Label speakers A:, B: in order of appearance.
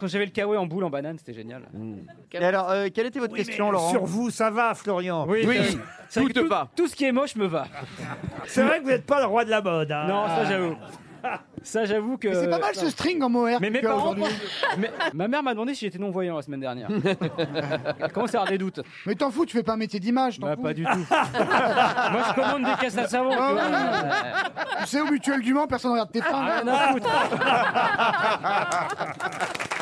A: Quand j'avais le kawaii en boule en banane, c'était génial.
B: Et alors, euh, quelle était votre
A: Oui,
B: question,
A: mais
B: Laurent
C: Sur vous, ça va, Florian
A: c'est- c'est vrai que tout, tout ce qui est moche me va.
D: Ah.
C: C'est vrai que vous n'êtes pas le roi de la mode. hein.
A: Non, ça j'avoue. Ça j'avoue que.
D: Mais c'est pas mal ce string en mohair.
A: Mais
D: que
A: mes
D: tu as
A: parents.
D: aujourd'hui.
A: Mais- ma mère m'a demandé si j'étais non-voyant la semaine dernière. Elle commence à avoir des doutes.
D: Mais t'en fous, tu fais pas un métier d'image. t'en
A: Bah,
D: fous.
A: pas du tout. Moi, je commande des caisses à savon.
D: Ah
A: tu vois.
D: ouais.
A: Bah.
D: Tu sais, au mutuel du Mans, personne regarde tes
A: Ah,
D: femmes.
A: rien à foutre.